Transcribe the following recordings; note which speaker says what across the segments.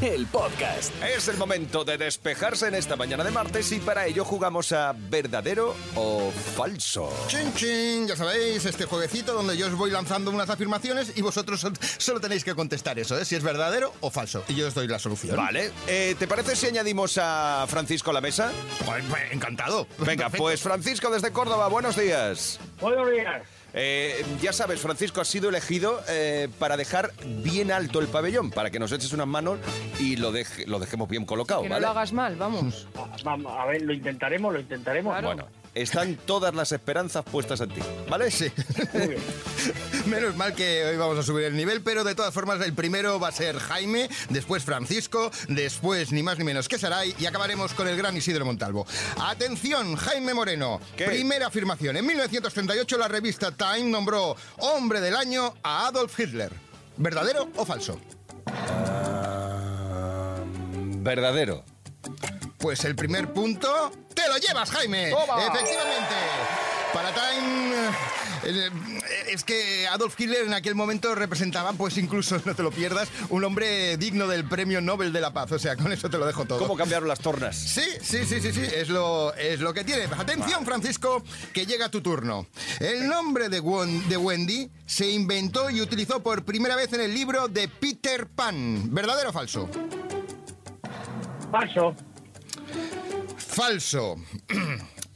Speaker 1: el podcast.
Speaker 2: Es el momento de despejarse en esta mañana de martes y para ello jugamos a verdadero o falso.
Speaker 3: Chin, chin, ya sabéis, este jueguecito donde yo os voy lanzando unas afirmaciones y vosotros so- solo tenéis que contestar eso, ¿eh? si es verdadero o falso. Y yo os doy la solución.
Speaker 2: Vale, eh, ¿te parece si añadimos a Francisco a la mesa?
Speaker 3: Joder, pues, encantado.
Speaker 2: Venga,
Speaker 3: Perfecto.
Speaker 2: pues Francisco desde Córdoba, buenos días.
Speaker 4: Buenos días.
Speaker 2: Eh, ya sabes, Francisco, has sido elegido eh, para dejar bien alto el pabellón, para que nos eches unas manos y lo, deje- lo dejemos bien colocado,
Speaker 5: Que no
Speaker 2: ¿vale?
Speaker 5: lo hagas mal, vamos.
Speaker 4: Ah, Vamos, a ver, lo intentaremos, lo intentaremos.
Speaker 5: Claro.
Speaker 2: Bueno, están todas las esperanzas puestas en ti, ¿vale?
Speaker 3: Sí.
Speaker 4: Muy bien.
Speaker 3: Menos mal que hoy vamos a subir el nivel, pero de todas formas el primero va a ser Jaime, después Francisco, después ni más ni menos que Saray y acabaremos con el gran Isidro Montalvo. Atención, Jaime Moreno.
Speaker 2: ¿Qué?
Speaker 3: Primera afirmación. En 1938 la revista Time nombró hombre del año a Adolf Hitler. ¿Verdadero o falso?
Speaker 2: Verdadero.
Speaker 3: Pues el primer punto te lo llevas, Jaime.
Speaker 2: ¡Toma!
Speaker 3: Efectivamente. Para Time eh, es que Adolf Hitler en aquel momento representaba, pues incluso no te lo pierdas, un hombre digno del Premio Nobel de la Paz. O sea, con eso te lo dejo todo.
Speaker 2: ¿Cómo cambiaron las tornas?
Speaker 3: Sí, sí, sí, sí, sí, es lo, es lo que tiene. Atención, Francisco, que llega tu turno. El nombre de, Wen- de Wendy se inventó y utilizó por primera vez en el libro de Peter Pan. ¿Verdadero o falso?
Speaker 4: Falso.
Speaker 3: Falso.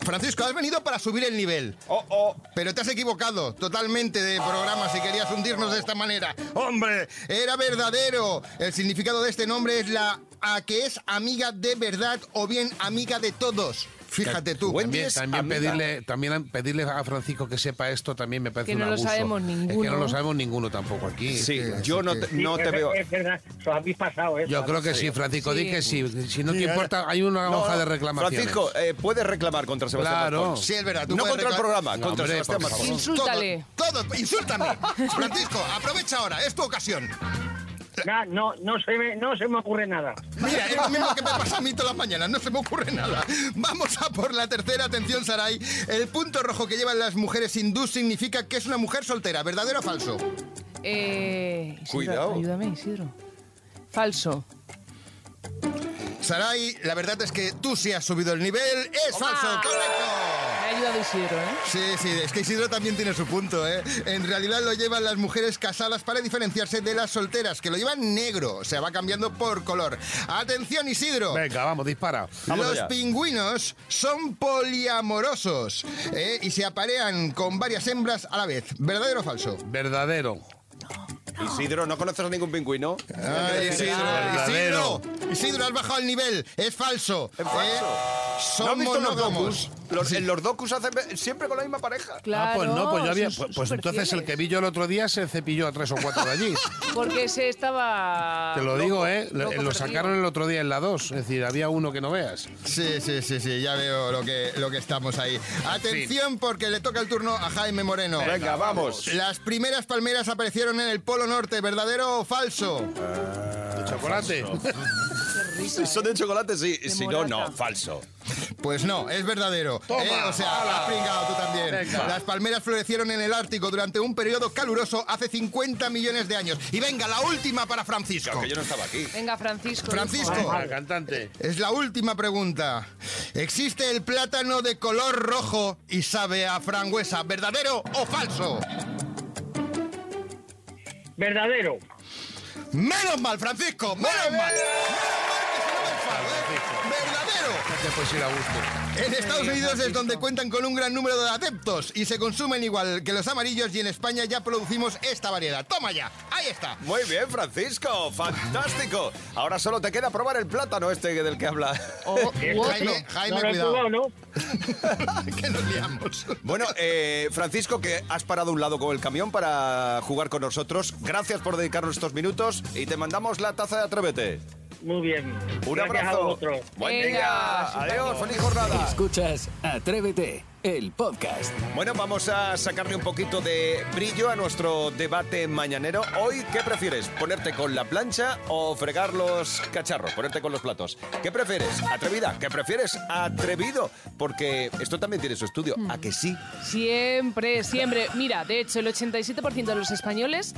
Speaker 3: Francisco, has venido para subir el nivel.
Speaker 2: Oh, oh.
Speaker 3: Pero te has equivocado totalmente de programa si querías hundirnos de esta manera. ¡Hombre! Era verdadero. El significado de este nombre es la a que es amiga de verdad o bien amiga de todos. Fíjate tú.
Speaker 2: Wendy
Speaker 6: También,
Speaker 2: es
Speaker 6: también
Speaker 2: amiga.
Speaker 6: pedirle, también pedirle a Francisco que sepa esto también me parece
Speaker 5: Que
Speaker 6: un
Speaker 5: no lo
Speaker 6: abuso.
Speaker 5: sabemos
Speaker 6: Es que no
Speaker 5: ninguno.
Speaker 6: lo sabemos ninguno tampoco aquí.
Speaker 2: Sí,
Speaker 3: que-
Speaker 2: yo no
Speaker 3: sí
Speaker 2: te,
Speaker 3: que-
Speaker 2: no te
Speaker 4: es-
Speaker 2: veo.
Speaker 4: Es verdad, os habéis pasado, ¿eh?
Speaker 6: Yo creo que sí, Francisco, di
Speaker 5: Sí.
Speaker 6: que sí. Si no te importa, hay una
Speaker 2: No,
Speaker 6: hoja
Speaker 2: no.
Speaker 6: de reclamaciones.
Speaker 2: Francisco, eh, puedes reclamar contra Sebastián
Speaker 6: Claro.
Speaker 2: Marcón.
Speaker 3: Sí, es verdad. tú
Speaker 2: No
Speaker 3: puedes
Speaker 2: contra el
Speaker 3: recla-
Speaker 2: programa,
Speaker 6: No,
Speaker 2: contra
Speaker 6: hombre,
Speaker 2: Sebastián
Speaker 6: por
Speaker 2: Marcón.
Speaker 6: favor.
Speaker 5: Insúltale.
Speaker 3: Todo, todo, insúltame. Francisco, aprovecha ahora. Es tu ocasión.
Speaker 4: Na- no, no, se me, no se me ocurre nada.
Speaker 3: Mira, es lo mismo que me pasa a mí todas las mañanas, no se me ocurre nada. Vamos a por la tercera, atención Saray. El punto rojo que llevan las mujeres hindú significa que es una mujer soltera, ¿verdadero o falso?
Speaker 5: Eh, Isidro,
Speaker 2: Cuidado.
Speaker 5: Ayúdame, Isidro. Falso.
Speaker 3: Saray, la verdad es que tú sí has subido el nivel, es falso,
Speaker 5: Me
Speaker 3: correcto.
Speaker 5: ha ayudado Isidro, ¿eh?
Speaker 3: Sí, sí, es que Isidro también tiene su punto, ¿eh? En realidad lo llevan las mujeres casadas para diferenciarse de las solteras, que lo llevan negro, o sea, va cambiando por color. Atención Isidro.
Speaker 6: Venga, vamos, dispara.
Speaker 2: Vamos
Speaker 3: Los
Speaker 2: allá.
Speaker 3: pingüinos son poliamorosos ¿eh? y se aparean con varias hembras a la vez. ¿Verdadero o falso?
Speaker 6: Verdadero.
Speaker 2: Isidro, ¿no conoces a ningún pingüino?
Speaker 3: Ay, Isidro,
Speaker 6: Verdadero.
Speaker 3: Isidro, Isidro, has bajado el nivel. Es falso.
Speaker 2: Es falso.
Speaker 3: ¿eh?
Speaker 2: ¿No has
Speaker 3: Son
Speaker 2: visto los
Speaker 3: monógamos.
Speaker 2: docus? Los- En los docus hacen siempre con la misma pareja.
Speaker 5: Claro.
Speaker 6: ah, pues no, pues yo había.
Speaker 5: son
Speaker 6: Pues, pues entonces el
Speaker 5: superfieles.
Speaker 6: que vi yo el otro día se cepilló a tres o cuatro de allí.
Speaker 5: Porque se estaba.
Speaker 6: Te lo
Speaker 5: loco,
Speaker 6: digo, ¿eh?
Speaker 5: loco
Speaker 6: Lo, lo
Speaker 5: perdido.
Speaker 6: sacaron el otro día en la 2. Es decir, había uno que no veas.
Speaker 3: Sí, sí, sí, sí, ya veo lo que, lo que estamos ahí. Atención porque le toca el turno a Jaime Moreno.
Speaker 2: Venga, vamos.
Speaker 3: Las primeras palmeras aparecieron en el Polo Norte, ¿verdadero o falso?
Speaker 6: El chocolate.
Speaker 2: Son de chocolate, sí.
Speaker 5: De
Speaker 2: Si no, no,
Speaker 5: morata.
Speaker 2: falso.
Speaker 3: Pues no, es verdadero.
Speaker 6: Toma,
Speaker 3: Eh, o sea,
Speaker 6: hala.
Speaker 3: has pringado tú también.
Speaker 6: Venga.
Speaker 3: Las palmeras florecieron en el Ártico durante un periodo caluroso hace 50 millones de años. Y venga, la última para Francisco.
Speaker 2: Que yo no estaba aquí.
Speaker 5: Venga, Francisco.
Speaker 3: Francisco.
Speaker 5: hijo.
Speaker 6: Venga, cantante.
Speaker 3: Es la última pregunta. ¿Existe el plátano de color rojo y sabe a frangüesa? ¿Verdadero o falso?
Speaker 4: Verdadero.
Speaker 3: Menos mal, Francisco. Menos mal. Menos mal que se lo he enfado, ¿eh? Verdadero.
Speaker 6: Ya Te puedes ir a gusto.
Speaker 3: En Estados Unidos es donde cuentan con un gran número de adeptos y se consumen igual que los amarillos y en España ya producimos esta variedad. Toma ya, ahí está.
Speaker 2: Muy bien, Francisco. Fantástico. Ahora solo te queda probar el plátano este del que habla.
Speaker 5: O- u otro.
Speaker 3: Jaime, Jaime,
Speaker 4: no lo he
Speaker 3: cuidado.
Speaker 4: probado, ¿no?
Speaker 3: que nos liamos.
Speaker 2: Bueno, eh, Francisco, que has parado a un lado con el camión para jugar con nosotros. Gracias por dedicarnos estos minutos y te mandamos la taza de Atrévete.
Speaker 4: muy bien.
Speaker 2: Un
Speaker 4: Gracias a
Speaker 2: abrazo.
Speaker 4: vosotros.
Speaker 2: Buen
Speaker 5: Venga,
Speaker 2: día.
Speaker 5: hasta
Speaker 2: Adiós, feliz jornada.
Speaker 1: Escuchas Atrévete, el podcast.
Speaker 2: Bueno, vamos a sacarle un poquito de brillo a nuestro debate mañanero. Hoy, ¿qué prefieres? ¿Ponerte con la plancha o fregar los cacharros? Ponerte con los platos. ¿Qué prefieres? ¿Atrevida? ¿Qué prefieres? ¿Atrevido? Porque esto también tiene su estudio. ¿A que sí?
Speaker 5: Siempre, siempre. Mira, de hecho, el 87% de los españoles,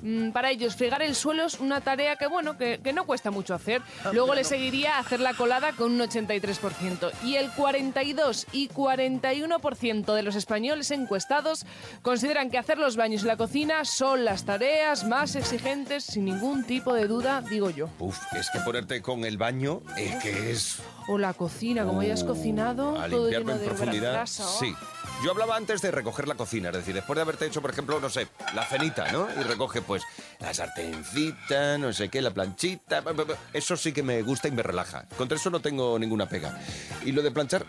Speaker 5: mm, para ellos, fregar el suelo es una tarea que, bueno, que, que no cuesta mucho hacer.
Speaker 2: Ah,
Speaker 5: Luego le seguiría hacer la colada con un 83%. Y el 42 y 41% de los españoles encuestados consideran que hacer los baños y la cocina son las tareas más exigentes, sin ningún tipo de duda, digo yo.
Speaker 2: Uf, es que ponerte con el baño es que es...
Speaker 5: O la cocina, como hayas
Speaker 2: Uh,
Speaker 5: cocinado,
Speaker 2: a
Speaker 5: todo
Speaker 2: limpiarme
Speaker 5: lleno
Speaker 2: en
Speaker 5: de
Speaker 2: profundidad.
Speaker 5: grasa, oh.
Speaker 2: Sí. Yo hablaba antes de recoger la cocina, es decir, después de haberte hecho, por ejemplo, no sé, la cenita, ¿no? Y recoge, pues, la sartencita, no sé qué, la planchita. ba, ba, ba. Eso sí que me gusta y me relaja. Contra eso no tengo ninguna pega. Y lo de planchar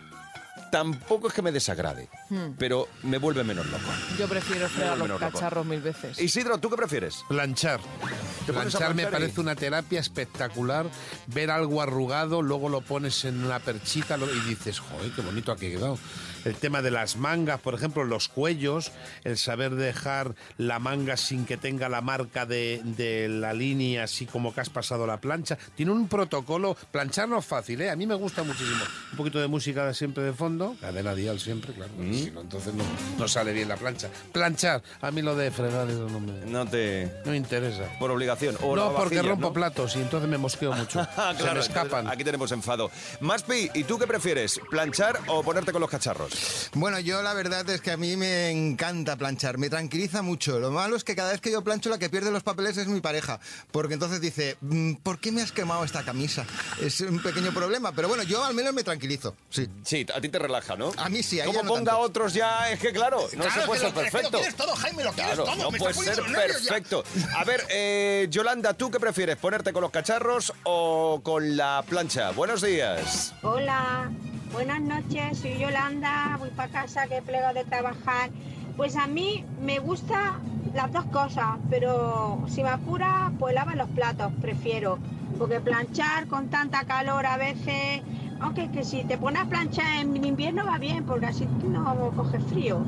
Speaker 2: tampoco es que me desagrade,
Speaker 5: Hmm.
Speaker 2: pero me vuelve menos loco.
Speaker 5: Yo prefiero fregar los
Speaker 2: menos loco.
Speaker 5: cacharros mil veces.
Speaker 2: Isidro, ¿tú qué prefieres?
Speaker 6: Planchar.
Speaker 2: ¿Te pones a
Speaker 6: Planchar me
Speaker 2: planchar y-
Speaker 6: parece una terapia espectacular. Ver algo arrugado, luego lo pones en una perchita lo- y dices, joder, qué bonito ha quedado. El tema de las mangas, por ejemplo, los cuellos, el saber dejar la manga sin que tenga la marca de, de la línea, así como que has pasado la plancha. Tiene un protocolo. Planchar no es fácil, ¿eh? A mí me gusta muchísimo. Un poquito de música siempre de fondo, cadena dial siempre, claro.
Speaker 2: Mm.
Speaker 6: porque Si no, entonces no, no sale bien la plancha. Planchar, a mí lo de fregar eso no me...
Speaker 2: No te...
Speaker 6: No me interesa.
Speaker 2: Por obligación. O
Speaker 6: no, porque
Speaker 2: lavavajillas,
Speaker 6: rompo
Speaker 2: ¿no?
Speaker 6: platos y entonces me mosqueo mucho.
Speaker 2: Ah,
Speaker 6: Se me
Speaker 2: claro,
Speaker 6: escapan.
Speaker 2: Aquí tenemos enfado. Maspi, ¿y tú qué prefieres? ¿Planchar o ponerte con los cacharros?
Speaker 3: Bueno, yo la verdad es que a mí me encanta planchar, me tranquiliza mucho. Lo malo es que cada vez que yo plancho la que pierde los papeles es mi pareja, porque entonces dice, "Mm, ¿por qué me has quemado esta camisa? Es un pequeño problema, pero bueno, yo al menos me tranquilizo, sí.
Speaker 2: Sí, a ti te relaja, ¿no?
Speaker 3: A mí sí, a ella
Speaker 2: Como
Speaker 3: no
Speaker 2: ponga
Speaker 3: tanto.
Speaker 2: otros ya, es que claro, no
Speaker 3: Claro,
Speaker 2: se puede
Speaker 3: que
Speaker 2: ser
Speaker 3: lo- es que lo
Speaker 2: perfecto.
Speaker 3: quieres todo, Jaime, lo quieres
Speaker 2: Claro,
Speaker 3: todo,
Speaker 2: no
Speaker 3: me
Speaker 2: puede
Speaker 3: está poniendo
Speaker 2: ser
Speaker 3: los nervios ya.
Speaker 2: perfecto. A ver, eh, Yolanda, ¿tú qué prefieres? ¿Ponerte con los cacharros o con la plancha? Buenos días.
Speaker 7: Hola, buenas noches, soy Yolanda, voy para casa que plego de trabajar. Pues a mí me gusta las dos cosas, pero si me apura, pues lava los platos, prefiero. Porque planchar con tanta calor a veces, aunque que si te pones a planchar en invierno va bien, porque así no coges frío,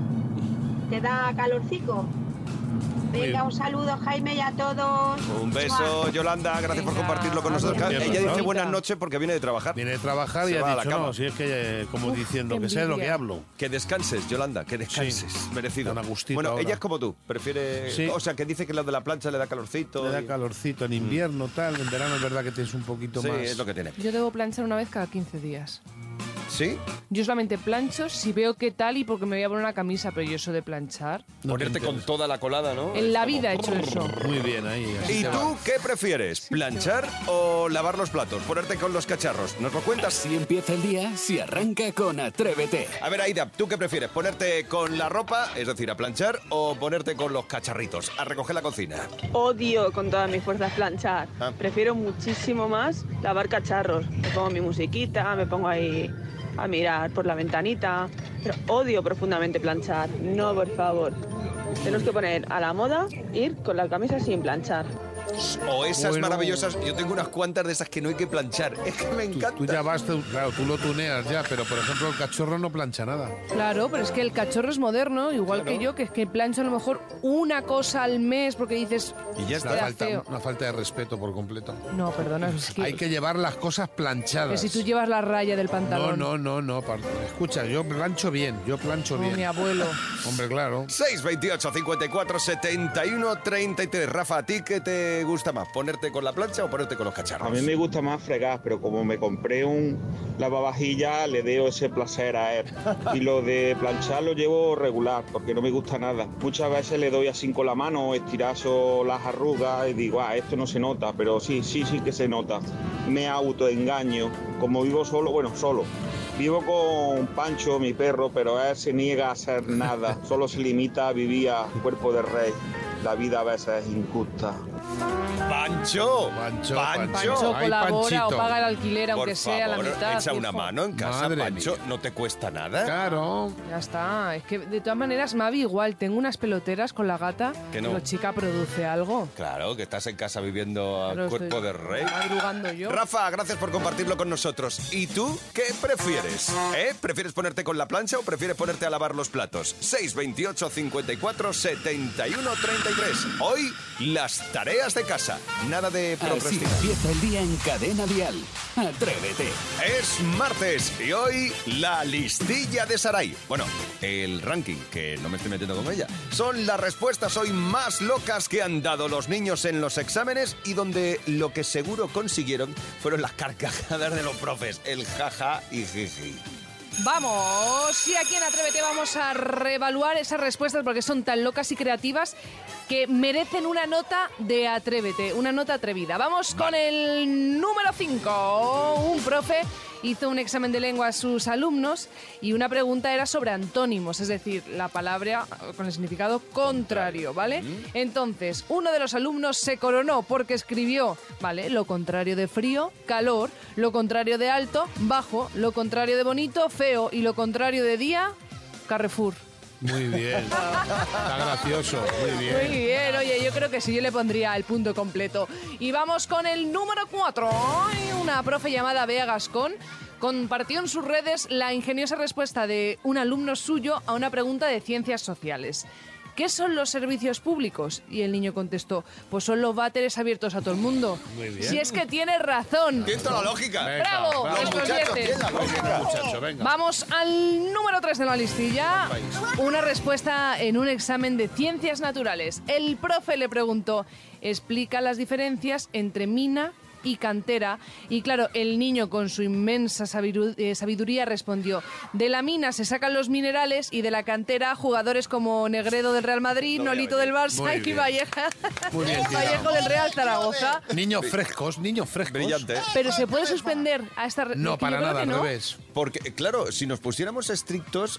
Speaker 7: te da calorcico. Venga, un saludo Jaime y a todos.
Speaker 2: Un beso,
Speaker 7: Mua.
Speaker 2: Yolanda, gracias por
Speaker 5: Venga,
Speaker 2: compartirlo con nosotros.
Speaker 5: adiós.
Speaker 2: Ella dice
Speaker 5: Adiós.
Speaker 2: buenas noches porque viene de trabajar.
Speaker 6: Viene de trabajar y
Speaker 2: Se va a
Speaker 6: ha
Speaker 2: la
Speaker 6: dicho,
Speaker 2: cama.
Speaker 6: no, si es que, eh, como
Speaker 5: Uf,
Speaker 6: diciendo,
Speaker 5: qué
Speaker 6: que sé de lo que
Speaker 5: envidia.
Speaker 6: hablo.
Speaker 2: Que descanses, Yolanda, que descanses. Merecido.
Speaker 6: Tan a gustito
Speaker 2: bueno,
Speaker 6: ahora.
Speaker 2: ella es como tú. Prefiere.
Speaker 6: Sí.
Speaker 2: O sea, que dice que lo de la plancha le da calorcito.
Speaker 6: Te da
Speaker 2: y-
Speaker 6: calorcito en invierno, tal. En verano es verdad que tienes un poquito
Speaker 2: Mm. Sí,
Speaker 6: más.
Speaker 2: es lo que tiene.
Speaker 5: Yo debo planchar una vez cada 15 días.
Speaker 2: ¿Sí?
Speaker 5: Yo solamente plancho si veo qué tal y porque me voy a poner una camisa, pero yo eso de planchar.
Speaker 6: No te
Speaker 2: Ponerte con
Speaker 6: interesa.
Speaker 2: toda la colada, ¿no?
Speaker 5: En la
Speaker 2: Es como-
Speaker 5: vida he hecho eso.
Speaker 6: Muy bien, ahí. así
Speaker 2: ¿Y
Speaker 6: te
Speaker 2: tú qué prefieres? ¿Planchar o lavar los platos? ¿Ponerte con los cacharros? ¿Nos lo cuentas?
Speaker 1: Si empieza el día, si arranca con Atrévete.
Speaker 2: A ver, Aida, ¿tú qué prefieres? ¿Ponerte con la ropa, es decir, a planchar, o ponerte con los cacharritos, a recoger la cocina?
Speaker 8: Odio con todas mis fuerzas planchar.
Speaker 2: Ah.
Speaker 8: Prefiero muchísimo más lavar cacharros. Me pongo mi musiquita, me pongo ahí a mirar por la ventanita. Pero odio profundamente planchar. No, por favor. Tenemos que poner a la moda ir con la camisa sin planchar.
Speaker 2: O esas
Speaker 6: Bueno.
Speaker 2: maravillosas, yo tengo unas cuantas de esas que no hay que planchar. Es que me
Speaker 6: va.
Speaker 2: encanta.
Speaker 6: Tú ya vas, tú- claro, tú lo tuneas ya, pero por ejemplo el cachorro no plancha nada.
Speaker 5: Claro, pero es que el cachorro es moderno, igual que yo, que es que plancho a lo mejor una cosa al mes porque dices,
Speaker 2: Y ya
Speaker 6: Es
Speaker 2: está.
Speaker 6: una
Speaker 5: Era
Speaker 6: falta,
Speaker 5: feo.
Speaker 6: una falta de respeto por completo.
Speaker 5: no, perdona, es que,
Speaker 6: Hay que llevar las cosas
Speaker 5: que
Speaker 6: planchadas.
Speaker 5: si tú llevas la raya del
Speaker 6: no,
Speaker 5: pantalón,
Speaker 6: no, no, no. par- Escucha, yo plancho bien, yo plancho
Speaker 5: como
Speaker 6: bien.
Speaker 5: mi abuelo.
Speaker 6: Hombre, claro.
Speaker 2: 628 54 71 33. Rafa, ¿a ti qué te gusta más? ¿Ponerte con la plancha o ponerte con los cacharros?
Speaker 9: A mí me gusta más fregar, pero como me compré un lavavajillas, le deo ese placer a él. Y lo de planchar lo llevo regular, porque no me gusta nada. Muchas veces le doy así con la mano, estirazo las arrugas y digo, ah, esto no se nota, pero sí, sí, sí que se nota. Me autoengaño. Como vivo solo, bueno, solo. Vivo con Pancho, mi perro, pero él se niega a hacer nada. Solo se limita a vivir a cuerpo de rey.
Speaker 10: La vida a veces es injusta.
Speaker 2: ¡Pancho!
Speaker 6: Pancho,
Speaker 2: ¡Pancho!
Speaker 5: Pancho
Speaker 6: Ay,
Speaker 5: colabora o
Speaker 6: Panchito.
Speaker 5: paga el alquiler,
Speaker 2: Por
Speaker 5: aunque sea
Speaker 2: favor,
Speaker 5: la mitad.
Speaker 2: echa una
Speaker 5: hijo.
Speaker 2: mano en casa,
Speaker 6: Madre
Speaker 2: Pancho.
Speaker 6: mía.
Speaker 2: No te cuesta nada.
Speaker 6: Claro.
Speaker 5: Ya está. Es que de todas maneras, Mavi igual. Tengo unas peloteras con la gata.
Speaker 2: Que no.
Speaker 5: Digo, chica produce algo.
Speaker 2: Claro, que estás en casa viviendo al
Speaker 5: Claro,
Speaker 2: cuerpo
Speaker 5: estoy
Speaker 2: de rey.
Speaker 5: Madrugando yo.
Speaker 2: Rafa, gracias por compartirlo con nosotros. ¿Y tú qué prefieres? ¿Eh? ¿Prefieres ponerte con la plancha o prefieres ponerte a lavar los platos? 628 54 71 33. Hoy las tareas de casa. Nada de
Speaker 1: Así
Speaker 2: procrastinar.
Speaker 1: empieza el día en cadena dial. Atrévete.
Speaker 2: Es martes y hoy la listilla de Sarai. Bueno, el ranking, que no me estoy metiendo con ella. Son las respuestas hoy más locas que han dado los niños en los exámenes y donde lo que seguro consiguieron fueron las carcajadas de los profes, el jaja y jiji.
Speaker 5: Vamos, y aquí en Atrévete vamos a reevaluar esas respuestas porque son tan locas y creativas que merecen una nota de Atrévete, una nota atrevida. Vamos con el número 5. Un profe hizo un examen de lengua a sus alumnos y una pregunta era sobre antónimos, es decir, la palabra con el significado contrario, ¿vale? Entonces, uno de los alumnos se coronó porque escribió, ¿vale? Lo contrario de frío, calor, lo contrario de alto, bajo, lo contrario de bonito, feo y lo contrario de día, Carrefour.
Speaker 6: Muy bien. Está gracioso. Muy bien.
Speaker 5: Muy bien, oye, yo creo que sí, yo le pondría el punto completo. Y vamos con el número 4. Una profe llamada Bea Gascón compartió en sus redes la ingeniosa respuesta de un alumno suyo a una pregunta de ciencias sociales. ¿Qué son los servicios públicos? Y el niño contestó, pues son los váteres abiertos a todo el mundo.
Speaker 6: Muy bien.
Speaker 5: Si es que tiene razón.
Speaker 2: ¿Quién la lógica?
Speaker 6: Venga,
Speaker 5: ¡Bravo!
Speaker 6: bravo.
Speaker 5: Los
Speaker 2: muchachos,
Speaker 5: viernes.
Speaker 2: ¿quién la lógica?
Speaker 6: Muchacho, venga.
Speaker 5: Vamos al número 3 de la listilla. Una respuesta en un examen de ciencias naturales. El profe le preguntó, explica las diferencias entre mina y cantera. Y claro, el niño con su inmensa sabiru- eh, sabiduría respondió, de la mina se sacan los minerales y de la cantera jugadores como Negredo del Real Madrid,
Speaker 2: Lo voy a
Speaker 5: Nolito
Speaker 2: ver.
Speaker 5: del
Speaker 6: Muy
Speaker 5: Barça y
Speaker 6: bien.
Speaker 5: Valleja,
Speaker 6: Muy bien tirado.
Speaker 5: Vallejo del Real Zaragoza.
Speaker 6: Niños frescos, niños frescos.
Speaker 2: Brillante. ¿eh?
Speaker 5: Pero se puede suspender a esta... re-
Speaker 6: No,
Speaker 5: que yo
Speaker 6: para
Speaker 5: creo
Speaker 6: nada,
Speaker 5: que
Speaker 6: al
Speaker 5: no.
Speaker 6: revés.
Speaker 2: Porque, claro, si nos pusiéramos estrictos,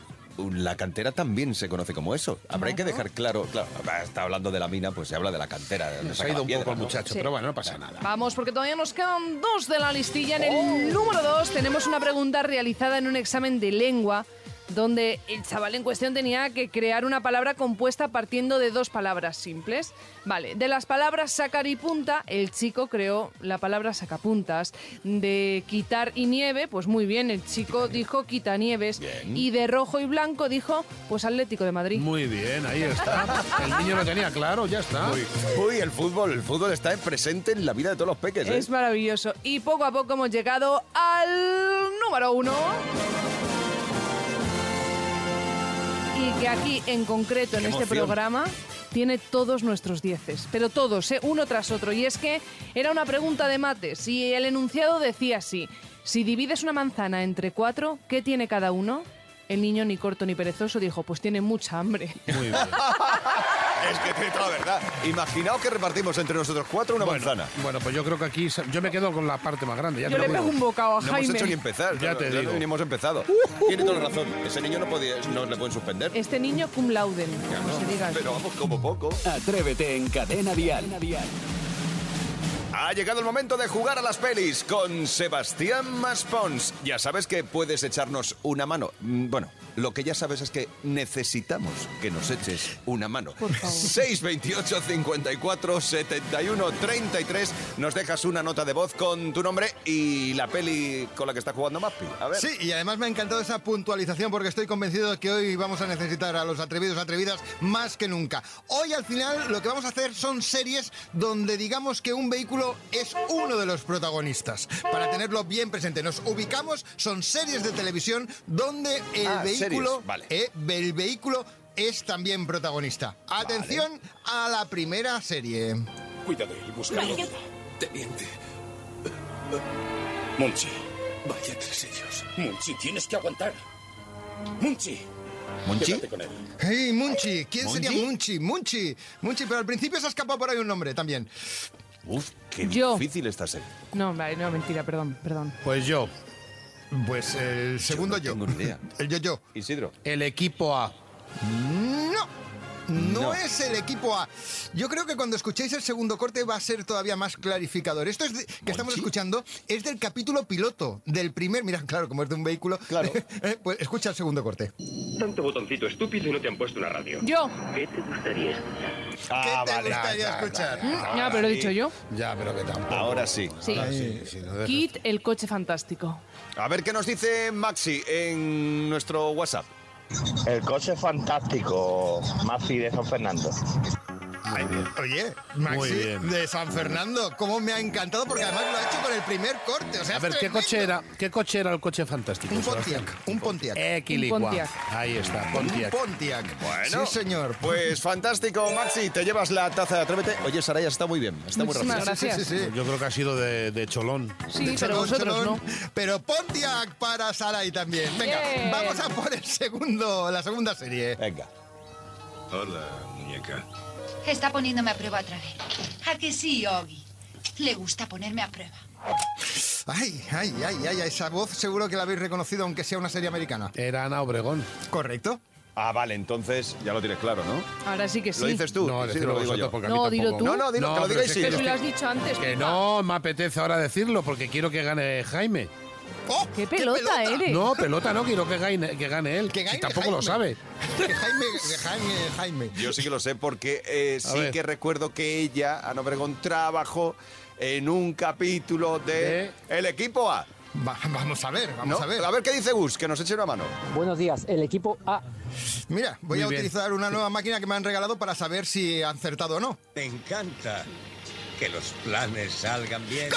Speaker 2: la cantera también se conoce como eso. Habrá que dejar claro, claro, está hablando de la mina, pues se habla de la cantera. de donde
Speaker 6: Se
Speaker 2: saca
Speaker 6: ha ido
Speaker 2: la
Speaker 6: un
Speaker 2: piedra,
Speaker 6: poco el
Speaker 2: ¿no?
Speaker 6: muchacho, pero bueno, no pasa nada.
Speaker 5: Vamos, porque todavía nos quedan dos de la listilla. En el número dos tenemos una pregunta realizada en un examen de lengua donde el chaval en cuestión tenía que crear una palabra compuesta partiendo de dos palabras simples. Vale, de las palabras sacar y punta, el chico creó la palabra sacapuntas. De quitar y nieve, pues muy bien, el chico dijo quitanieves. Y de rojo y blanco dijo, pues Atlético de Madrid.
Speaker 6: Muy bien, ahí está. El niño lo tenía claro, ya está.
Speaker 2: Uy, el fútbol, el fútbol está en- presente en la vida de todos los peques. ¿eh?
Speaker 5: Es maravilloso. Y poco a poco hemos llegado al número uno. Y que aquí, en concreto, en
Speaker 2: Qué
Speaker 5: este
Speaker 2: emoción.
Speaker 5: programa, tiene todos nuestros dieces. Pero todos, ¿eh? uno tras otro. Y es que era una pregunta de mates y el enunciado decía así. Si divides una manzana entre cuatro, ¿qué tiene cada uno? El niño, ni corto ni perezoso, dijo, pues tiene mucha hambre.
Speaker 6: Muy bien.
Speaker 2: Es que tiene toda la verdad. Imaginaos que repartimos entre nosotros cuatro una manzana.
Speaker 6: Bueno, pues yo creo que aquí se- yo me quedo con la parte más grande. Ya
Speaker 5: Yo
Speaker 6: te
Speaker 5: le
Speaker 6: lo
Speaker 5: pego
Speaker 6: digo.
Speaker 5: un bocado a
Speaker 2: No
Speaker 5: Jaime.
Speaker 2: hemos hecho ni empezar.
Speaker 6: Ya
Speaker 2: no,
Speaker 6: te
Speaker 2: No,
Speaker 6: digo.
Speaker 2: ni hemos empezado. Tiene toda la razón. Ese niño no, podía, no le pueden suspender.
Speaker 5: Este niño cum lauden,
Speaker 2: Ya
Speaker 5: como
Speaker 2: no.
Speaker 5: se diga.
Speaker 2: Pero vamos, como poco.
Speaker 1: Atrévete en cadena dial.
Speaker 2: Ha llegado el momento de jugar a las pelis con Sebastián Maspons. Ya sabes que puedes echarnos una mano. Mm, Bueno, lo que ya sabes es que necesitamos que nos eches una mano.
Speaker 5: Por favor.
Speaker 2: 628 54 71 33. Nos dejas una nota de voz con tu nombre y la peli con la que está jugando Mapi. A ver.
Speaker 3: Sí, y además me ha encantado esa puntualización porque estoy convencido de que hoy vamos a necesitar a los atrevidos atrevidas más que nunca. Hoy al final lo que vamos a hacer son series donde digamos que un vehículo es uno de los protagonistas. Para tenerlo bien presente, nos ubicamos, son series de televisión donde el
Speaker 2: Ah,
Speaker 3: vehículo...
Speaker 2: series, vale.
Speaker 3: eh, el vehículo es también protagonista. Atención a la primera serie.
Speaker 11: Cuídate y busca ayuda. Teniente. Munchi. Vaya tres ellos. Munchi, tienes que aguantar. Munchi.
Speaker 2: ¿Monchi?
Speaker 11: Quédate con él.
Speaker 3: Hey, Munchi, ¿quién
Speaker 2: ¿Munchi?
Speaker 3: sería Munchi? Munchi, Munchi, pero al principio se ha escapado por ahí un nombre también.
Speaker 2: Uf, qué
Speaker 5: Yo.
Speaker 2: difícil está serie.
Speaker 5: No, vale, no, mentira, perdón, perdón.
Speaker 6: Pues yo,
Speaker 3: Pues el segundo yo.
Speaker 2: tengo ni idea.
Speaker 3: El yo-yo.
Speaker 2: Isidro.
Speaker 6: el equipo A.
Speaker 3: No. No,
Speaker 2: No.
Speaker 3: es el equipo A. Yo creo que cuando escuchéis el segundo corte va a ser todavía más clarificador. Esto es de- que estamos escuchando es del capítulo piloto, del primer. Mira, claro, como es de un vehículo. Claro. pues escucha el segundo corte.
Speaker 12: Tanto botoncito estúpido y no te han puesto una radio.
Speaker 5: Yo.
Speaker 12: ¿Qué te gustaría escuchar?
Speaker 6: Ah,
Speaker 5: Ah,
Speaker 3: ¿Qué te gustaría escuchar?
Speaker 5: Mm, Ya, pero he dicho yo.
Speaker 6: Ya, pero que tampoco.
Speaker 2: Ahora sí.
Speaker 5: Sí.
Speaker 6: Ahora sí, sí, no dejes-
Speaker 5: Kit, el coche fantástico.
Speaker 2: A ver qué nos dice Maxi en nuestro WhatsApp.
Speaker 13: El coche fantástico, Mafi de San Fernando.
Speaker 6: Muy bien.
Speaker 3: Oye, Maxi
Speaker 6: Muy bien.
Speaker 3: de San Fernando, cómo me ha encantado porque además lo ha hecho con el primer corte. O sea,
Speaker 6: A
Speaker 3: es
Speaker 5: Este
Speaker 6: ver, ¿qué
Speaker 3: tremendo.
Speaker 6: coche era? ¿Qué coche era el coche fantástico?
Speaker 3: Un
Speaker 6: Sebastián?
Speaker 3: Pontiac, un Pontiac.
Speaker 6: Equilicua.
Speaker 5: Un Pontiac.
Speaker 6: Ahí está,
Speaker 3: Un
Speaker 6: Pontiac.
Speaker 3: Pontiac.
Speaker 2: Bueno.
Speaker 3: Sí, señor.
Speaker 2: Pues fantástico, Maxi, te llevas la taza de Atrévete. Oye, Saraya, está muy bien, está muy rápido.
Speaker 5: Muchísimas gracias.
Speaker 3: Sí, sí, sí.
Speaker 6: Yo creo que ha sido de, de cholón.
Speaker 5: Sí,
Speaker 3: De
Speaker 5: pero
Speaker 3: Cholón,
Speaker 5: vosotros
Speaker 3: Cholón.
Speaker 5: no.
Speaker 3: Pero Pontiac para Sarai también. Venga,
Speaker 5: Bien.
Speaker 3: vamos a por el segundo, la segunda serie.
Speaker 2: Venga.
Speaker 11: Hola, muñeca.
Speaker 14: Está poniéndome a prueba otra vez. ¿A que sí, Oggy? Le gusta ponerme a prueba.
Speaker 3: Ay, ay, ay, ay, esa voz seguro que la habéis reconocido aunque sea una serie americana.
Speaker 6: Era Ana Obregón.
Speaker 3: ¿Correcto?
Speaker 2: Ah, vale, entonces ya lo tienes claro, ¿no?
Speaker 5: Ahora sí que sí.
Speaker 2: ¿Lo dices Pues tú?
Speaker 6: No,
Speaker 2: Sí,
Speaker 6: decirlo
Speaker 2: lo digo
Speaker 6: vosotros
Speaker 2: yo.
Speaker 6: porque a
Speaker 5: No,
Speaker 6: mí
Speaker 5: dilo
Speaker 6: tampoco.
Speaker 5: tú.
Speaker 2: No, no, dilo, que lo
Speaker 6: pero
Speaker 2: digáis
Speaker 6: es
Speaker 2: sí.
Speaker 5: Pero
Speaker 2: lo-
Speaker 5: si lo has dicho antes. ah,
Speaker 6: Que
Speaker 5: pipa.
Speaker 6: no, me apetece ahora decirlo porque quiero que gane Jaime.
Speaker 3: ¡Oh!
Speaker 5: ¡Qué pelota eh! eres!
Speaker 6: No, pelota no, quiero que gane, que gane él.
Speaker 3: Que gane
Speaker 6: Si tampoco lo
Speaker 3: Jaime.
Speaker 6: sabe.
Speaker 3: Que Jaime, que Jaime, Jaime.
Speaker 2: Yo sí que lo sé porque eh,
Speaker 6: A
Speaker 2: sí
Speaker 6: ver.
Speaker 2: que recuerdo que ella, Ana Obregón, trabajó en un capítulo de, El Equipo A.
Speaker 3: Va- vamos a ver, vamos
Speaker 2: ¿no?
Speaker 3: a ver.
Speaker 2: qué dice Gus, que nos eche una mano.
Speaker 15: Buenos días, el equipo A.
Speaker 3: Mira, voy
Speaker 6: Muy
Speaker 3: a
Speaker 6: bien.
Speaker 3: utilizar una nueva máquina que me han regalado para saber si he acertado o no.
Speaker 11: Me encanta que los planes salgan bien.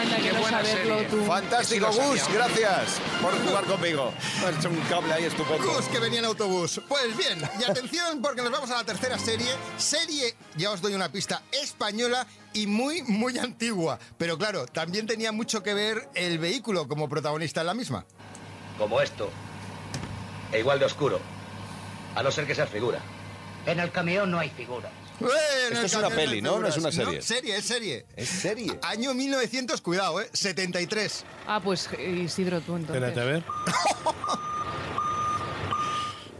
Speaker 5: Anda, que no
Speaker 6: buena
Speaker 5: saberlo
Speaker 6: serie.
Speaker 5: tú.
Speaker 2: Fantástico,
Speaker 6: que sí lo
Speaker 2: Gus,
Speaker 6: sabía.
Speaker 2: gracias por jugar conmigo. Me has hecho un cable ahí estupendo.
Speaker 3: Gus, que venía en autobús. Pues bien, y atención porque nos vamos a la tercera serie. Serie, ya os doy una pista, española y muy, muy antigua. Pero claro, también tenía mucho que ver el vehículo como protagonista en la misma.
Speaker 12: Como esto. E igual de oscuro. A no ser que sea figura. En el camión no hay figura.
Speaker 3: Bueno,
Speaker 2: Esto es
Speaker 3: el
Speaker 2: una
Speaker 3: camión de
Speaker 2: peli, ¿no? No es
Speaker 3: figuras.
Speaker 2: una
Speaker 3: No,
Speaker 2: serie.
Speaker 3: serie, es serie.
Speaker 2: ¿Es serie?
Speaker 3: Año 1900, cuidado, ¿eh? 73.
Speaker 5: Ah, pues eh, Isidro, tú entonces.
Speaker 6: Espérate, a ver.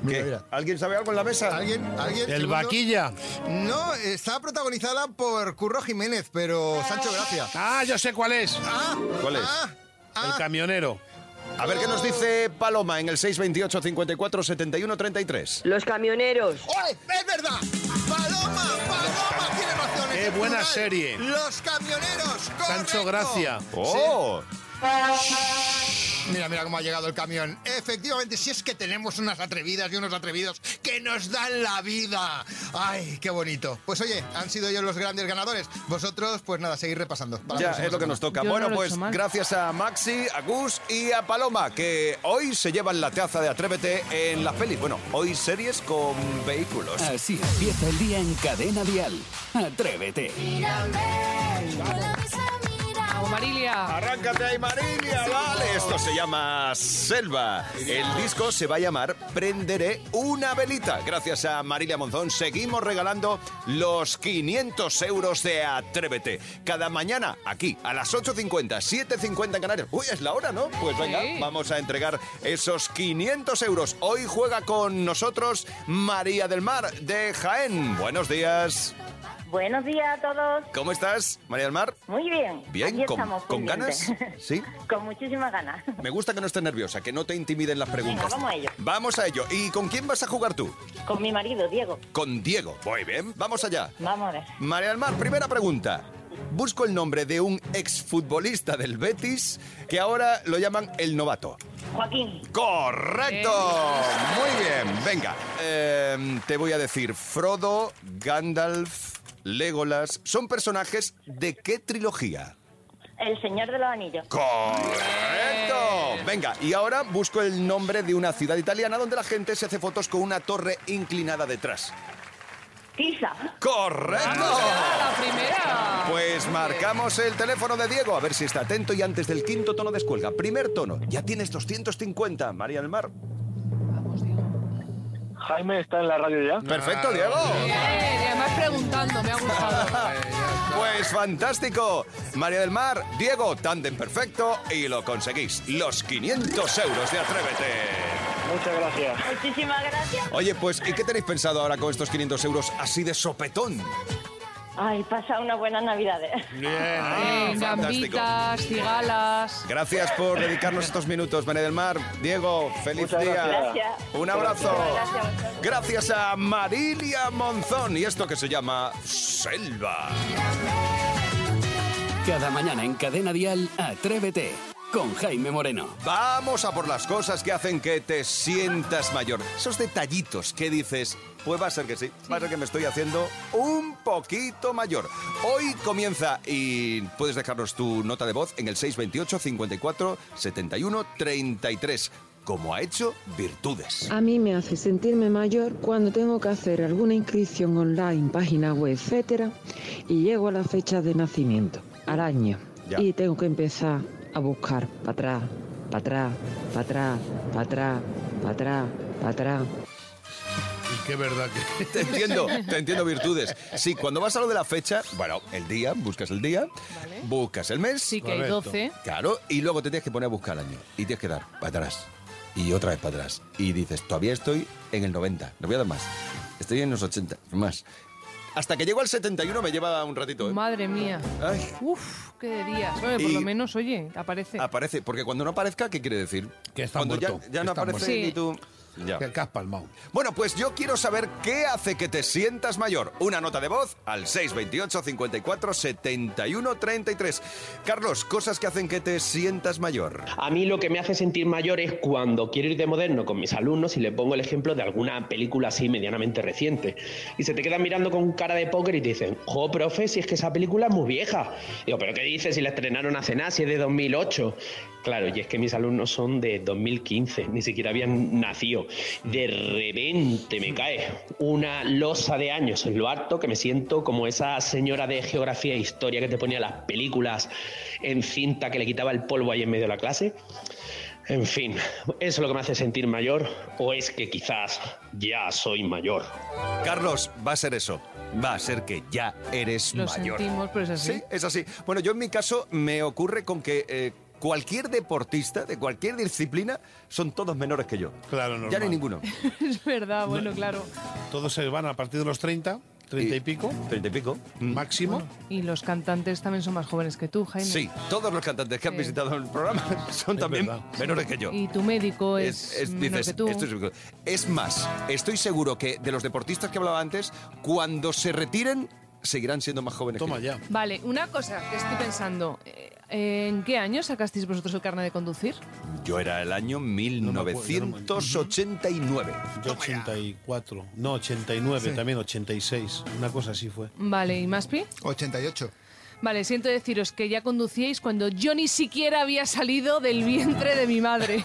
Speaker 2: ¿Qué? ¿Este ¿Alguien sabe algo en la mesa?
Speaker 3: ¿Alguien? ¿Alguien?
Speaker 6: El
Speaker 3: Segundo.
Speaker 6: vaquilla.
Speaker 3: No, está protagonizada por Curro Jiménez, pero Sancho Gracia.
Speaker 6: Ah, yo sé cuál es.
Speaker 3: Ah,
Speaker 2: ¿Cuál es?
Speaker 3: ah,
Speaker 6: El
Speaker 3: ah.
Speaker 6: camionero.
Speaker 2: A ver qué nos dice Paloma en el 628 54 71 33.
Speaker 16: Los camioneros.
Speaker 3: ¡Oye! ¡Es verdad! ¡Paloma! ¡Paloma tiene razón! es
Speaker 6: Qué
Speaker 3: el
Speaker 6: buena
Speaker 3: plural.
Speaker 6: serie.
Speaker 3: ¡Los camioneros! ¡Correcto!
Speaker 6: Sancho Gracia.
Speaker 2: ¡Oh!
Speaker 3: Mira, mira cómo ha llegado el camión. Efectivamente, si es que tenemos unas atrevidas y unos atrevidos que nos dan la vida. ¡Ay, qué bonito! Pues oye, han sido ellos los grandes ganadores. Vosotros, pues nada, seguir repasando. Para la
Speaker 2: Ya
Speaker 3: próxima
Speaker 2: es lo que nos
Speaker 3: semana.
Speaker 2: toca.
Speaker 5: Yo no
Speaker 2: bueno,
Speaker 5: lo he
Speaker 2: pues
Speaker 5: hecho mal.
Speaker 2: gracias a Maxi, a Gus y a Paloma, que hoy se llevan la taza de Atrévete en las pelis. Bueno, hoy series con vehículos.
Speaker 1: Así empieza el día en Cadena Dial. Atrévete.
Speaker 5: Vamos, Marilia.
Speaker 2: Arráncate ahí, Marilia, vale. Esto se llama Selva. El disco se va a llamar Prenderé una velita. Gracias a Marilia Monzón seguimos regalando los 500 euros de Atrévete. Cada mañana aquí a las 8.50, 7.50 en Canarias. Uy, es la hora, ¿no? Pues venga,
Speaker 5: Sí.
Speaker 2: vamos a entregar esos 500 euros. Hoy juega con nosotros María del Mar de Jaén. Buenos días.
Speaker 17: Buenos días a todos.
Speaker 2: ¿Cómo estás, María del Mar?
Speaker 17: Muy bien.
Speaker 2: Bien,
Speaker 17: Aquí
Speaker 2: con-
Speaker 17: estamos,
Speaker 2: con
Speaker 17: pendientes.
Speaker 2: ganas, ¿sí?
Speaker 17: con muchísimas ganas.
Speaker 2: Me gusta que no estés nerviosa, que no te intimiden las preguntas.
Speaker 17: Venga, vamos a ello.
Speaker 2: Vamos a ello. ¿Y con quién vas a jugar tú?
Speaker 17: Con mi marido, Diego.
Speaker 2: Con Diego. Muy bien, vamos allá.
Speaker 17: Vamos a ver.
Speaker 2: María del Mar, primera pregunta. Busco el nombre de un exfutbolista del Betis que ahora lo llaman el novato.
Speaker 17: Joaquín,
Speaker 2: ¡Correcto! Muy bien, venga. Eh, te voy a decir, Frodo, Gandalf, Legolas, ¿son personajes de qué trilogía?
Speaker 17: el señor de los anillos.
Speaker 2: ¡Correcto! Venga, y ahora busco el nombre de una ciudad italiana donde la gente se hace fotos con una torre inclinada detrás.
Speaker 17: Tisa.
Speaker 2: ¡Correcto!
Speaker 5: ¡A la primera!
Speaker 2: Pues marcamos el teléfono de Diego, a ver si está atento y antes del quinto tono descuelga. Primer tono, ya tienes 250, María del Mar.
Speaker 5: Vamos, Diego.
Speaker 13: Jaime está en la radio ya.
Speaker 2: ¡Perfecto, Diego!
Speaker 5: Bien, y además preguntando, me ha gustado.
Speaker 2: Pues fantástico. María del Mar, Diego, tándem perfecto y lo conseguís. Los 500 euros de Atrévete.
Speaker 10: Muchas gracias.
Speaker 18: Muchísimas gracias.
Speaker 2: Oye, pues, ¿y qué tenéis pensado ahora con estos 500 euros así de sopetón?
Speaker 18: Ay, pasa una buena Navidad.
Speaker 5: Eh,
Speaker 2: fantástico.
Speaker 5: gambitas, cigalas.
Speaker 2: Gracias por dedicarnos estos minutos, María del Mar. Diego, feliz
Speaker 5: Muchas
Speaker 2: día.
Speaker 5: gracias.
Speaker 2: Un
Speaker 5: Gracias.
Speaker 2: abrazo.
Speaker 5: Gracias a
Speaker 2: Gracias, a Marilia Monzón y esto que se llama Selva.
Speaker 1: Cada mañana en Cadena Dial, Atrévete con Jaime Moreno.
Speaker 2: Vamos a por las cosas que hacen que te sientas mayor. Esos detallitos que dices, pues va a ser que sí, va a ser que me estoy haciendo un poquito mayor. Hoy comienza y puedes dejarnos tu nota de voz en el 628 54 71 33, como ha hecho Virtudes.
Speaker 19: A mí me hace sentirme mayor cuando tengo que hacer alguna inscripción online, página web, etcétera, y llego a la fecha de nacimiento, al año,
Speaker 2: Ya.
Speaker 19: y tengo que empezar a buscar para atrás, para atrás, para atrás, para atrás, para atrás, para atrás.
Speaker 2: Y qué verdad que... Te entiendo, te entiendo virtudes. Sí, cuando vas a lo de la fecha, bueno, el día, buscas el día, buscas el mes. Sí,
Speaker 5: que hay Correcto. 12.
Speaker 2: Claro, y luego te tienes que poner a buscar el año. Y tienes que dar para atrás. Y otra vez para atrás. Y dices, todavía estoy en el 90, no voy a dar más. Estoy en los 80, más. Hasta que llego al 71 me lleva un ratito, ¿eh?
Speaker 5: Madre mía.
Speaker 2: Ay.
Speaker 5: Uf, qué días. Bueno, por
Speaker 2: Y-
Speaker 5: lo menos, oye, aparece.
Speaker 2: Aparece, porque cuando no aparezca, ¿qué quiere decir? Que está cuando
Speaker 6: muerto,
Speaker 2: Ya, ya no
Speaker 6: está
Speaker 2: aparece
Speaker 6: muerto.
Speaker 2: ni tú... Ya.
Speaker 6: Que has palmado.
Speaker 2: Bueno, pues yo quiero saber qué hace que te sientas mayor. Una nota de voz al 628 54 71 33. Carlos, cosas que hacen que te sientas mayor.
Speaker 9: A mí lo que me hace sentir mayor es cuando quiero ir de moderno con mis alumnos y le pongo el ejemplo de alguna película así medianamente reciente. Y se te quedan mirando con cara de póker y te dicen, jo, profe, si es que esa película es muy vieja. Digo, ¿pero qué dices si la estrenaron hace nada, si es de 2008? Claro, y es que mis alumnos son de 2015, ni siquiera habían nacido. De repente me cae una losa de años, lo harto que me siento como esa señora de geografía e historia que te ponía las películas en cinta que le quitaba el polvo ahí en medio de la clase. En fin, eso es lo que me hace sentir mayor o es que quizás ya soy mayor.
Speaker 2: Carlos, va a ser eso. Va a ser que ya eres
Speaker 5: Lo
Speaker 2: mayor.
Speaker 5: sentimos, ¿eh? pero es así.
Speaker 2: Sí, es así. Bueno, yo en mi caso me ocurre con que eh, cualquier deportista de cualquier disciplina son todos menores que yo. Claro, Ya no hay ninguno.
Speaker 5: es verdad, bueno, claro.
Speaker 6: Todos se van a partir de los 30, 30 y, pico.
Speaker 2: 30 y pico.
Speaker 6: Máximo.
Speaker 5: Y los cantantes también son más jóvenes que tú, Jaime.
Speaker 2: Sí, todos los cantantes que han
Speaker 5: Sí.
Speaker 2: visitado el programa son también menores que yo.
Speaker 5: Y tu médico es,
Speaker 2: Es- es-
Speaker 5: menor
Speaker 2: dices,
Speaker 5: que tú.
Speaker 2: esto es- es más, estoy seguro que de los deportistas que hablaba antes, cuando se retiren, seguirán siendo más jóvenes. Toma
Speaker 6: ya.
Speaker 5: Vale, una cosa que estoy pensando. eh, ¿En qué año sacasteis vosotros el carnet de conducir?
Speaker 2: Yo era el año 1989.
Speaker 6: Yo 84. No, 89,
Speaker 5: Sí.
Speaker 6: también 86. Una cosa así fue.
Speaker 5: Vale, ¿y Maspi?
Speaker 3: 88.
Speaker 5: Vale, siento deciros que ya conducíais cuando yo ni siquiera había salido del vientre de mi madre.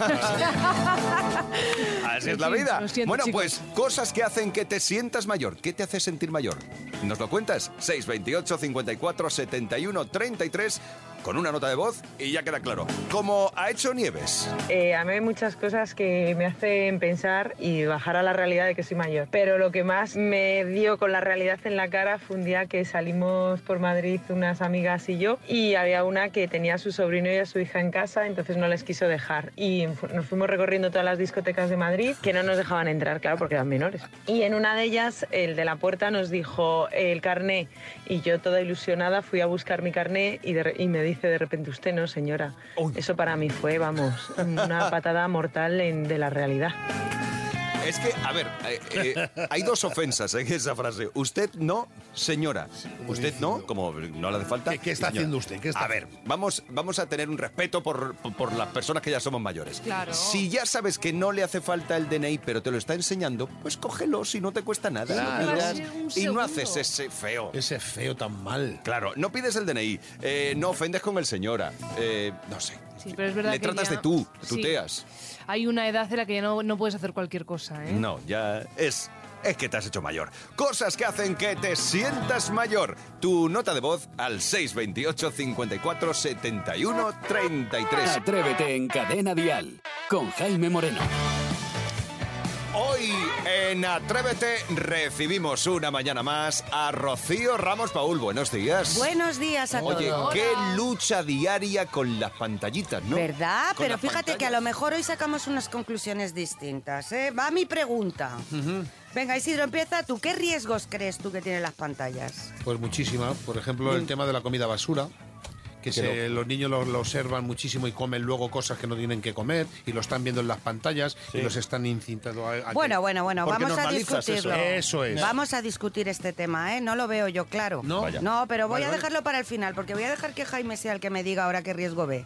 Speaker 2: Así
Speaker 5: En
Speaker 2: es la
Speaker 5: fin,
Speaker 2: vida.
Speaker 5: lo siento,
Speaker 2: bueno,
Speaker 5: chicos.
Speaker 2: pues cosas que hacen que te sientas mayor. ¿Qué te hace sentir mayor? ¿Nos lo cuentas? 628 54 71 33 con una nota de voz y ya queda claro. Como ha hecho Nieves.
Speaker 20: Eh, a mí hay muchas cosas que me hacen pensar y bajar a la realidad de que soy mayor. Pero lo que más me dio con la realidad en la cara fue un día que salimos por Madrid unas amigas y yo y había una que tenía a su sobrino y a su hija en casa, entonces no les quiso dejar. Y fu- nos fuimos recorriendo todas las discotecas de Madrid que no nos dejaban entrar, claro, porque eran menores. Y en una de ellas el de la puerta nos dijo el carné y yo toda ilusionada fui a buscar mi carné y, de re- y me dice de repente usted no, señora. Eso para mí fue, vamos, una patada mortal en- de la realidad.
Speaker 2: Es que, a ver, eh, eh, hay dos ofensas en esa frase. Usted no, señora. Usted no, como no le hace falta. ¿Qué,
Speaker 6: está haciendo usted? ¿Qué está
Speaker 2: a ver, vamos, vamos a tener un respeto por, por, por las personas que ya somos mayores.
Speaker 6: Claro.
Speaker 2: Si ya sabes que no le hace falta el DNI, pero te lo está enseñando, pues cógelo si no te cuesta nada.
Speaker 6: Sí,
Speaker 2: Lo
Speaker 6: que va a
Speaker 2: miras
Speaker 6: ser un
Speaker 2: y no
Speaker 6: segundo.
Speaker 2: haces ese feo.
Speaker 6: Ese feo tan mal.
Speaker 2: Claro, no pides el DNI, eh, no ofendes con el señora, eh, no sé.
Speaker 5: Sí, pero es verdad
Speaker 2: le
Speaker 5: que
Speaker 2: tratas
Speaker 5: ya-
Speaker 2: de tú,
Speaker 5: Sí.
Speaker 2: tuteas.
Speaker 5: Hay una edad en la que ya no, no puedes hacer cualquier cosa, ¿eh?
Speaker 2: No, ya es. Es que te has hecho mayor. Cosas que hacen que te sientas mayor. Tu nota de voz al 628 54 71 33.
Speaker 1: Atrévete en Cadena Dial con Jaime Moreno.
Speaker 2: Hoy en Atrévete recibimos una mañana más a Rocío Ramos Paul. Buenos días.
Speaker 7: Buenos días a
Speaker 2: Oye,
Speaker 7: todos.
Speaker 2: qué lucha diaria con las pantallitas, ¿no?
Speaker 7: ¿Verdad? Ah,
Speaker 2: Con
Speaker 7: Pero
Speaker 2: las
Speaker 7: fíjate que a
Speaker 2: pantallas.
Speaker 7: lo mejor hoy sacamos unas conclusiones distintas. ¿eh? Va mi pregunta. Venga, Isidro, empieza tú. ¿Qué riesgos crees tú que tienen las pantallas?
Speaker 6: Pues muchísimas. Por ejemplo, el tema de la comida basura. Mm. Que se- los niños lo, lo observan muchísimo y comen luego cosas que no tienen que comer y lo están viendo en las pantallas y los están incitando a, a que-
Speaker 7: Bueno, bueno, bueno,
Speaker 6: Porque
Speaker 7: vamos a
Speaker 6: normalizas
Speaker 7: discutirlo.
Speaker 6: Eso, Eso es.
Speaker 7: Vamos a discutir este tema, ¿eh? No lo veo yo claro.
Speaker 2: No. Vaya.
Speaker 7: pero voy
Speaker 2: Vale,
Speaker 7: a
Speaker 2: vale.
Speaker 7: dejarlo para el final, porque voy a dejar que Jaime sea el que me diga ahora qué riesgo ve.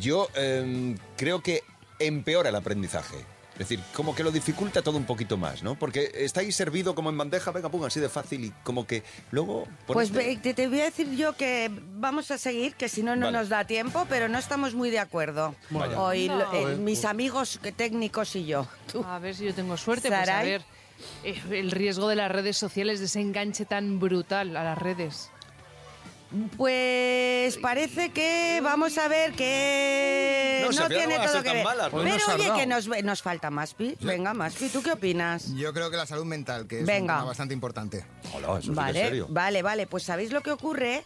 Speaker 2: Yo em, creo que empeora el aprendizaje. Es decir, como que lo dificulta todo un poquito más, ¿no? Porque está ahí servido como en bandeja, venga, pum, así de fácil y como que luego...
Speaker 7: Pues
Speaker 2: ponerte-
Speaker 7: ve- te, te voy a decir yo que vamos a seguir, que si no, no
Speaker 2: Vale.
Speaker 7: nos da tiempo, pero no estamos muy de acuerdo.
Speaker 5: Vaya.
Speaker 7: Hoy lo-
Speaker 5: No.
Speaker 7: eh,
Speaker 5: Joder, pues.
Speaker 7: mis amigos que- técnicos y yo.
Speaker 5: A ver si yo tengo suerte. Pues a
Speaker 7: Sarai.
Speaker 5: ver, eh, el riesgo de las redes sociales, de ese enganche tan brutal a las redes.
Speaker 7: Pues parece que vamos a ver que
Speaker 5: No,
Speaker 7: no,
Speaker 5: Sofía, no
Speaker 7: tiene
Speaker 5: van a
Speaker 7: todo
Speaker 5: ser
Speaker 7: que
Speaker 5: tan
Speaker 7: ver.
Speaker 5: malas, ¿no?
Speaker 7: Pero
Speaker 5: Hoy no has
Speaker 7: oye,
Speaker 5: tardado.
Speaker 7: que nos, ve- nos falta Maspi. Venga, Maspi, ¿tú qué opinas?
Speaker 3: Yo creo que la salud mental, que es
Speaker 7: Venga.
Speaker 3: un tema bastante importante.
Speaker 2: Hola, eso sí que es
Speaker 7: Vale,
Speaker 2: serio.
Speaker 7: vale, vale. Pues ¿sabéis lo que ocurre?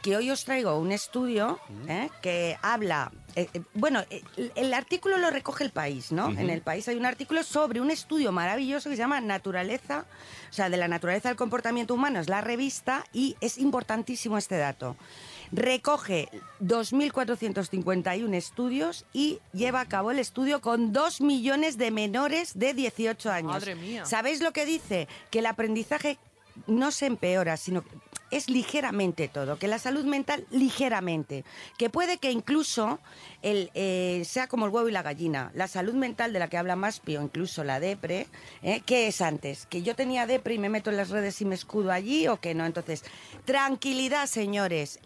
Speaker 7: Que hoy os traigo un estudio
Speaker 2: Mm.
Speaker 7: ¿eh? que habla... eh, eh, bueno, eh, el, el artículo lo recoge el país, ¿no?
Speaker 21: Ujú.
Speaker 7: En el país hay un artículo sobre un estudio maravilloso que se llama Naturaleza, o sea, de la naturaleza del comportamiento humano, es la revista y es importantísimo este dato. Recoge 2.451 estudios y lleva a cabo el estudio con 2 millones de menores de 18 años.
Speaker 5: Madre mía.
Speaker 7: ¿Sabéis lo que dice? Que el aprendizaje no se empeora, sino que es ligeramente todo, que la salud mental ligeramente, que puede que incluso el, eh, sea como el huevo y la gallina, la salud mental de la que habla Maspi o incluso la depre, ¿eh? ¿qué es antes? ¿Que yo tenía depre y me meto en las redes y me escudo allí o que no? Entonces, tranquilidad señores,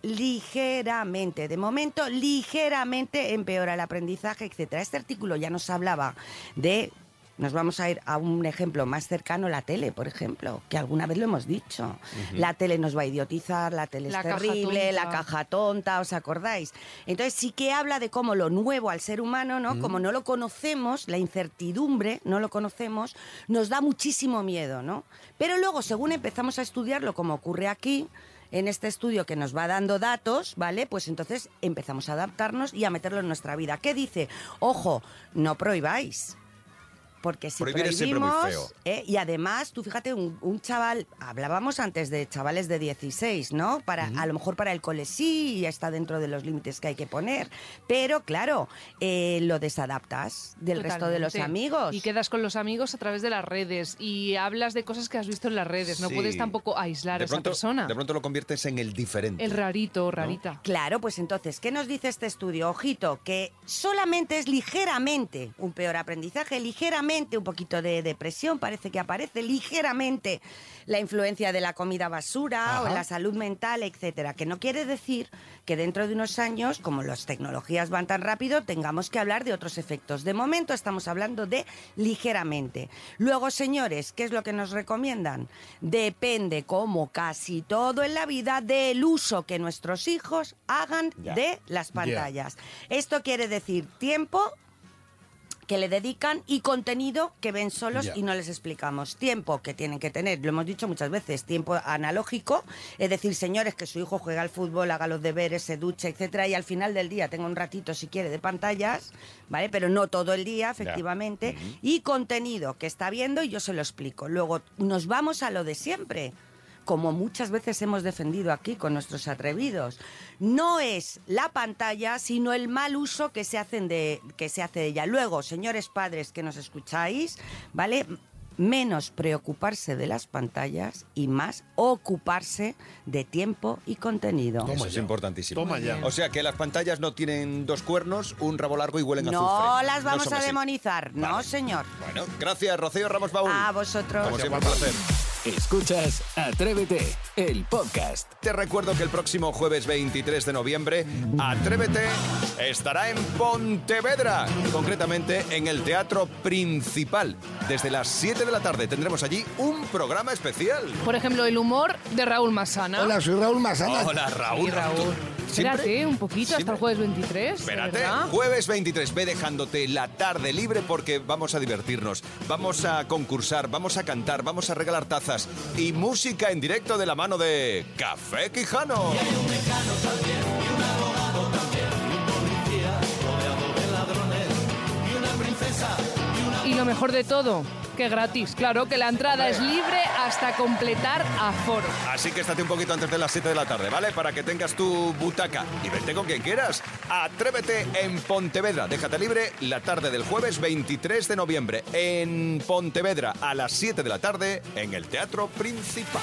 Speaker 7: ligeramente, de momento ligeramente empeora el aprendizaje, etcétera. Este artículo ya nos hablaba de nos vamos a ir a un ejemplo más cercano, la tele, por ejemplo, que alguna vez lo hemos dicho.
Speaker 22: Ujú.
Speaker 7: La tele nos va a idiotizar, la tele
Speaker 22: La
Speaker 7: es
Speaker 22: caja
Speaker 7: terrible, la
Speaker 22: tonta.
Speaker 7: caja tonta, ¿os acordáis? Entonces sí que habla de cómo lo nuevo al ser humano, ¿no?
Speaker 22: Mm.
Speaker 7: Como no lo conocemos, la incertidumbre, no lo conocemos, nos da muchísimo miedo, ¿no? Pero luego, según empezamos a estudiarlo, como ocurre aquí, en este estudio que nos va dando datos, ¿vale? Pues entonces empezamos a adaptarnos y a meterlo en nuestra vida. ¿Qué dice? Ojo, no prohibáis. Porque si
Speaker 2: Prohibir es siempre muy
Speaker 7: prohibimos,
Speaker 2: feo.
Speaker 7: ¿eh? y además, tú fíjate, un, un chaval, hablábamos antes de chavales de 16, ¿no? Para, A lo mejor para el cole sí, ya está dentro de los límites que hay que poner, pero claro, eh, lo desadaptas del resto de los
Speaker 5: Totalmente.
Speaker 7: amigos.
Speaker 5: Y quedas con los amigos a través de las redes y hablas de cosas que has visto en las redes. No
Speaker 2: Sí.
Speaker 5: puedes tampoco aislar
Speaker 2: de
Speaker 5: a esa
Speaker 2: pronto,
Speaker 5: persona.
Speaker 2: De pronto lo conviertes en el diferente.
Speaker 5: rarito, rarita.
Speaker 7: Claro, pues entonces, ¿qué nos dice este estudio? Ojito, que solamente es ligeramente un peor aprendizaje, ligeramente un poquito de depresión, parece que aparece, ligeramente la influencia de la comida basura o
Speaker 21: Ajá.
Speaker 7: en la salud mental, etcétera. Que no quiere decir que dentro de unos años, como las tecnologías van tan rápido, tengamos que hablar de otros efectos. De momento estamos hablando de ligeramente. Luego, señores, ¿qué es lo que nos recomiendan? Depende, como casi todo en la vida, del uso que nuestros hijos hagan
Speaker 23: Ya.
Speaker 7: de las
Speaker 23: Ya.
Speaker 7: pantallas. Esto quiere decir tiempo que le dedican y contenido que ven solos
Speaker 23: Ya.
Speaker 7: y no les explicamos. Tiempo que tienen que tener, lo hemos dicho muchas veces, tiempo analógico, es decir, señores, que su hijo juega al fútbol, haga los deberes, se duche, etcétera, y al final del día tenga un ratito, si quiere, de pantallas, ¿vale? Pero no todo el día, efectivamente. Y contenido que está viendo y yo se lo explico. Luego nos vamos a lo de siempre como muchas veces hemos defendido aquí con nuestros atrevidos, no es la pantalla, sino el mal uso que se, hacen de, que se hace de ella. Luego, señores padres que nos escucháis, ¿vale? Menos preocuparse de las pantallas y más ocuparse de tiempo y contenido.
Speaker 2: Eso es importantísimo.
Speaker 7: Toma ya.
Speaker 2: O sea que las pantallas no tienen dos cuernos, un rabo largo y huelen a azufre.
Speaker 7: No las vamos
Speaker 2: son
Speaker 7: a
Speaker 2: así.
Speaker 7: demonizar, no, señor.
Speaker 2: Bueno, gracias, Rocío Ramos Baúl.
Speaker 7: A vosotros.
Speaker 2: Como siempre, un placer.
Speaker 1: Escuchas Atrévete, el podcast.
Speaker 2: Te recuerdo que el próximo jueves 23 de noviembre, Atrévete estará en Pontevedra, concretamente en el Teatro Principal. Desde las 7 de la tarde tendremos allí un programa especial.
Speaker 5: Por ejemplo, el humor de Raúl Masana.
Speaker 24: Hola, soy Raúl Masana.
Speaker 2: Hola, Raúl.
Speaker 5: Sí, Raúl. Espérate un poquito hasta el jueves 23. de
Speaker 2: Espérate,
Speaker 5: verdad.
Speaker 2: jueves 23, ve dejándote la tarde libre porque vamos a divertirnos, vamos a concursar, vamos a cantar, vamos a regalar tazas y música en directo de la mano de Café Quijano.
Speaker 5: Y lo mejor de todo, que gratis. Claro que la entrada es libre hasta completar aforo.
Speaker 2: Así que estate un poquito antes de las 7 de la tarde, ¿vale? Para que tengas tu butaca y vente con quien quieras. Atrévete en Pontevedra. Déjate libre la tarde del jueves 23 de noviembre en Pontevedra a las 7 de la tarde en el Teatro Principal.